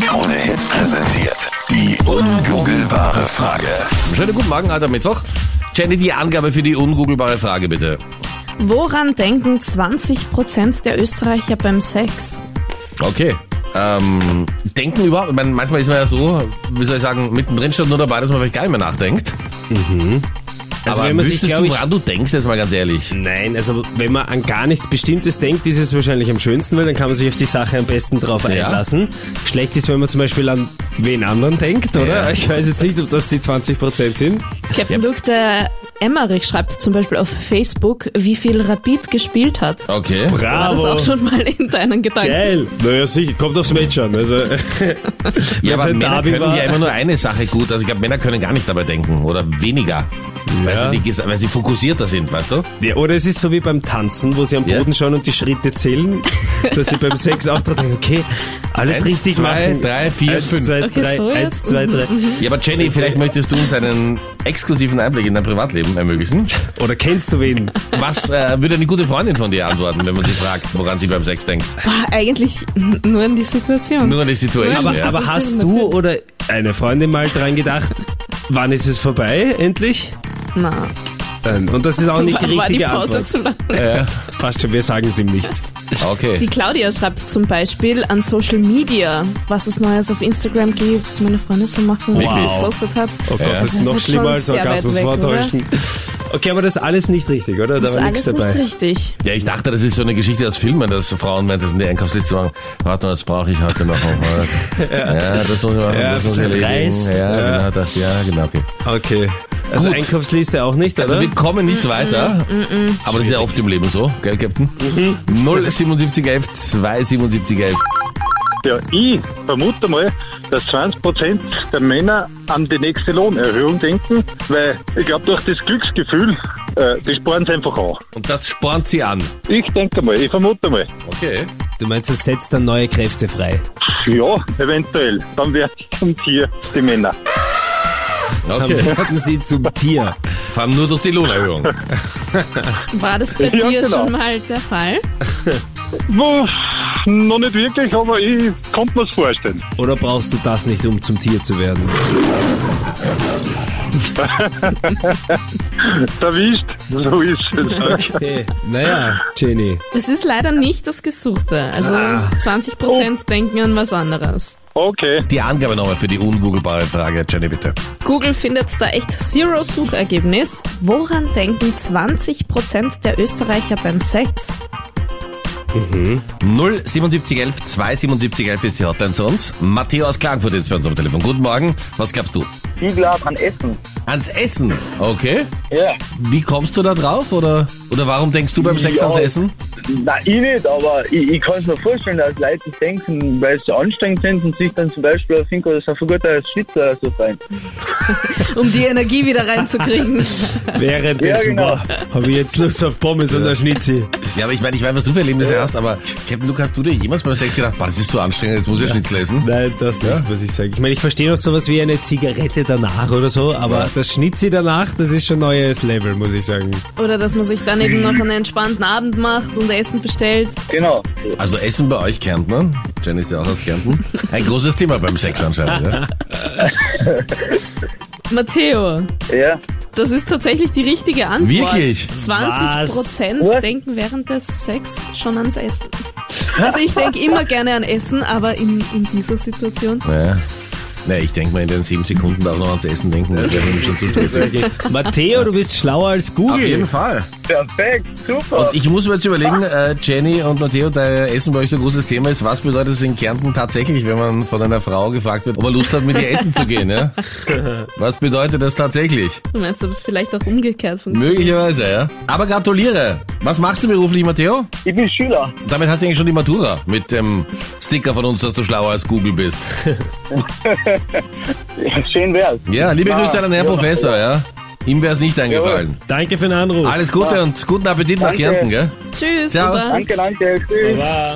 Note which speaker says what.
Speaker 1: Krone Hits präsentiert die ungoogelbare Frage.
Speaker 2: Schönen guten Morgen, alter Mittwoch. Jenny, die Angabe für die ungoogelbare Frage bitte.
Speaker 3: Woran denken 20% der Österreicher beim Sex?
Speaker 2: Okay. Ähm, denken überhaupt, ich meine, manchmal ist man ja so, wie soll ich sagen, mittendrin schon nur dabei, dass man vielleicht gar nicht mehr nachdenkt.
Speaker 4: Also
Speaker 2: Aber
Speaker 4: wenn man sich,
Speaker 2: wüsstest
Speaker 4: glaube
Speaker 2: du,
Speaker 4: ich,
Speaker 2: woran du denkst, jetzt mal ganz ehrlich.
Speaker 4: nein, also wenn man an gar nichts Bestimmtes denkt, ist es wahrscheinlich am schönsten, weil dann kann man sich auf die Sache am besten drauf
Speaker 2: Ja.
Speaker 4: einlassen. Schlecht ist, wenn man zum Beispiel an wen anderen denkt, oder?
Speaker 2: Ja.
Speaker 4: Ich weiß jetzt nicht, ob das die 20% sind.
Speaker 3: Captain Luke der Emmerich schreibt zum Beispiel auf Facebook, wie viel Rapid gespielt hat.
Speaker 2: Okay.
Speaker 4: Oh
Speaker 3: War das auch schon mal in deinen Gedanken?
Speaker 4: Geil. Naja, sicher, kommt aufs Match an. Also,
Speaker 2: Ja, aber
Speaker 4: ein
Speaker 2: Männer
Speaker 4: Derby
Speaker 2: können
Speaker 4: halt war-
Speaker 2: ja immer nur eine Sache gut. Also ich glaube, Männer können gar nicht dabei denken oder weniger. Weil,
Speaker 4: Ja.
Speaker 2: sie die, weil sie fokussierter sind, weißt du?
Speaker 4: ja, oder es ist so wie beim Tanzen, wo sie am
Speaker 2: Ja.
Speaker 4: Boden schauen und die Schritte zählen, dass sie beim Sex auch dran denken, okay, alles
Speaker 2: Eins,
Speaker 4: richtig
Speaker 2: zwei,
Speaker 4: machen.
Speaker 2: drei, vier,
Speaker 4: Eins,
Speaker 2: fünf.
Speaker 4: zwei,
Speaker 3: Okay,
Speaker 4: drei,
Speaker 3: so
Speaker 4: eins,
Speaker 3: jetzt?
Speaker 4: zwei, drei.
Speaker 2: Ja, aber Jenny, vielleicht möchtest du uns einen exklusiven Einblick in dein Privatleben ermöglichen.
Speaker 4: Oder kennst du wen?
Speaker 2: Was äh, würde eine gute Freundin von dir antworten, wenn man sie fragt, woran sie beim Sex denkt?
Speaker 3: Boah, eigentlich nur an die Situation.
Speaker 2: Nur an die Situation.
Speaker 4: Aber,
Speaker 2: ja.
Speaker 4: aber
Speaker 3: das ist
Speaker 4: hast
Speaker 3: immer
Speaker 4: du
Speaker 3: gut.
Speaker 4: oder eine Freundin mal dran gedacht, wann ist es vorbei, endlich?
Speaker 3: Na,
Speaker 4: Ähm, Und das ist auch nicht die
Speaker 3: war die
Speaker 4: richtige
Speaker 3: Pause
Speaker 4: Antwort.
Speaker 3: zu
Speaker 4: Äh.
Speaker 3: lang.
Speaker 4: Fast schon, wir sagen es ihm nicht.
Speaker 2: okay.
Speaker 3: Die Claudia schreibt zum Beispiel an Social Media, was es Neues auf Instagram gibt, was meine Freundin so machen, was sie
Speaker 2: Wirklich?
Speaker 3: gepostet hat.
Speaker 4: Oh Gott,
Speaker 2: Ja.
Speaker 4: das
Speaker 3: Das
Speaker 4: ist noch
Speaker 3: ist
Speaker 4: schlimmer
Speaker 3: schon
Speaker 4: als
Speaker 3: sehr weit
Speaker 4: Orgasmus
Speaker 3: weg,
Speaker 4: vortäuschen. Okay, aber das ist alles nicht richtig, oder? Da
Speaker 3: Das ist
Speaker 4: war nichts
Speaker 3: alles nicht
Speaker 4: dabei.
Speaker 3: richtig.
Speaker 2: Ja, ich dachte, das ist so eine Geschichte aus Filmen, dass Frauen meint, das in die Einkaufsliste machen. Warte mal, das brauche ich heute noch. ja. ja, das muss ich machen.
Speaker 4: Ja,
Speaker 2: das muss ich
Speaker 4: bisschen
Speaker 2: erledigen.
Speaker 4: Reis.
Speaker 2: Ja,
Speaker 4: Ja.
Speaker 2: genau das. Ja, genau. Okay.
Speaker 4: Okay. Also
Speaker 2: Gut.
Speaker 4: Einkaufsliste auch nicht,
Speaker 2: Also
Speaker 4: oder?
Speaker 2: wir kommen nicht weiter, aber das ist ja oft im Leben so, gell, Captain? Mhm. 07711 27711.
Speaker 5: Ja, ich vermute mal, dass 20% der Männer an die nächste Lohnerhöhung denken, weil ich glaube, durch das Glücksgefühl, äh, die sparen sie einfach an.
Speaker 2: Und das spornt sie an.
Speaker 5: Ich denke mal, ich vermute mal.
Speaker 2: Okay.
Speaker 4: du meinst, das setzt dann neue Kräfte frei.
Speaker 5: Ja, eventuell. Dann werden zum Tier die Männer.
Speaker 4: Dann
Speaker 2: Okay.
Speaker 4: werden sie zum Tier.
Speaker 2: Vor allem nur durch die Lohnerhöhung.
Speaker 3: War das bei
Speaker 5: Ja,
Speaker 3: dir
Speaker 5: genau.
Speaker 3: schon mal der Fall?
Speaker 5: Wuff, noch nicht wirklich, aber ich konnte mir's vorstellen.
Speaker 4: Oder brauchst du das nicht, um zum Tier zu werden?
Speaker 5: Erwischt, so ist es.
Speaker 4: Okay. Naja, Jenny.
Speaker 3: Es ist leider nicht das Gesuchte. Also 20% denken an was anderes.
Speaker 5: Okay.
Speaker 2: Die Angabe nochmal für die ungoogelbare Frage, Jenny, bitte.
Speaker 3: Google findet da echt Zero Suchergebnis. Woran denken 20% der Österreicher beim Sex?
Speaker 2: 07711 27711 ist die Hotline zu uns. Matteo aus Klagenfurt ist bei uns am Telefon. Guten Morgen. Was glaubst du?
Speaker 6: Ich glaube an Essen.
Speaker 2: Ans Essen. Okay.
Speaker 6: Ja.
Speaker 2: Wie kommst du da drauf? Oder, oder warum denkst du beim Sex
Speaker 6: Ja.
Speaker 2: ans Essen?
Speaker 6: Nein, ich nicht, aber ich, ich kann es mir vorstellen, dass Leute denken, weil sie anstrengend sind und sich dann zum Beispiel auf Finko, das ist ein verguter Schwitzer oder so sein.
Speaker 3: Um die Energie wieder reinzukriegen.
Speaker 4: Währenddessen
Speaker 6: Ja,
Speaker 3: genau.
Speaker 4: boah, habe ich jetzt Lust auf Pommes und ein Schnitzi.
Speaker 2: Ja, aber ich meine, ich weiß, was du für Erlebnisse hast, aber Captain Luke, hast du dir jemals beim Sex gedacht, boah, das ist so anstrengend, jetzt muss ich ja. Schnitzel essen?
Speaker 4: Nein, das nicht, was ich sage. Ich meine, ich verstehe noch sowas wie eine Zigarette danach oder so, aber das Schnitzi danach, das ist schon neues Level, muss ich sagen.
Speaker 3: Oder dass man sich dann eben noch einen entspannten Abend macht und Essen bestellt.
Speaker 6: Genau.
Speaker 2: Also Essen bei euch Kärntner, Jenny ist ja auch aus Kärnten, ein großes Thema beim Sex anscheinend. Ja?
Speaker 3: Matteo,
Speaker 6: Ja.
Speaker 3: das ist tatsächlich die richtige Antwort.
Speaker 2: Wirklich?
Speaker 3: 20
Speaker 6: Was?
Speaker 3: Prozent denken während des Sex schon ans Essen. Also ich denke immer gerne an Essen, aber in, in dieser Situation.
Speaker 2: Naja. Naja, ich denke mal, in den sieben Sekunden auch noch ans Essen denken, das wäre schon zu stressig.
Speaker 4: Matteo, du bist schlauer als
Speaker 2: Auf jeden
Speaker 4: Google.
Speaker 2: Fall.
Speaker 6: Perfekt, super.
Speaker 2: Und ich muss mir jetzt überlegen, äh, Jenny und Matteo, da Essen bei euch so ein großes Thema ist, was bedeutet es in Kärnten tatsächlich, wenn man von einer Frau gefragt wird, ob er Lust hat, mit ihr essen zu gehen? Ja? Was bedeutet das tatsächlich?
Speaker 3: Du meinst, ob es vielleicht auch umgekehrt funktioniert.
Speaker 2: Möglicherweise, ja. Aber gratuliere. Was machst du beruflich, Matteo?
Speaker 6: ich bin Schüler.
Speaker 2: Damit hast du eigentlich schon die Matura mit dem Sticker von uns, dass du schlauer als Google bist.
Speaker 6: Schön wär's.
Speaker 2: Ja, liebe
Speaker 6: Na,
Speaker 2: Grüße an den Herrn
Speaker 6: ja.
Speaker 2: Professor, ja. Ihm wäre es nicht eingefallen.
Speaker 4: Danke für den Anruf.
Speaker 2: Alles Gute und guten Appetit nach
Speaker 6: Danke.
Speaker 2: Kärnten, gell?
Speaker 3: Tschüss,
Speaker 2: Ciao.
Speaker 3: Baba.
Speaker 6: Danke, danke. Tschüss.
Speaker 4: Baba.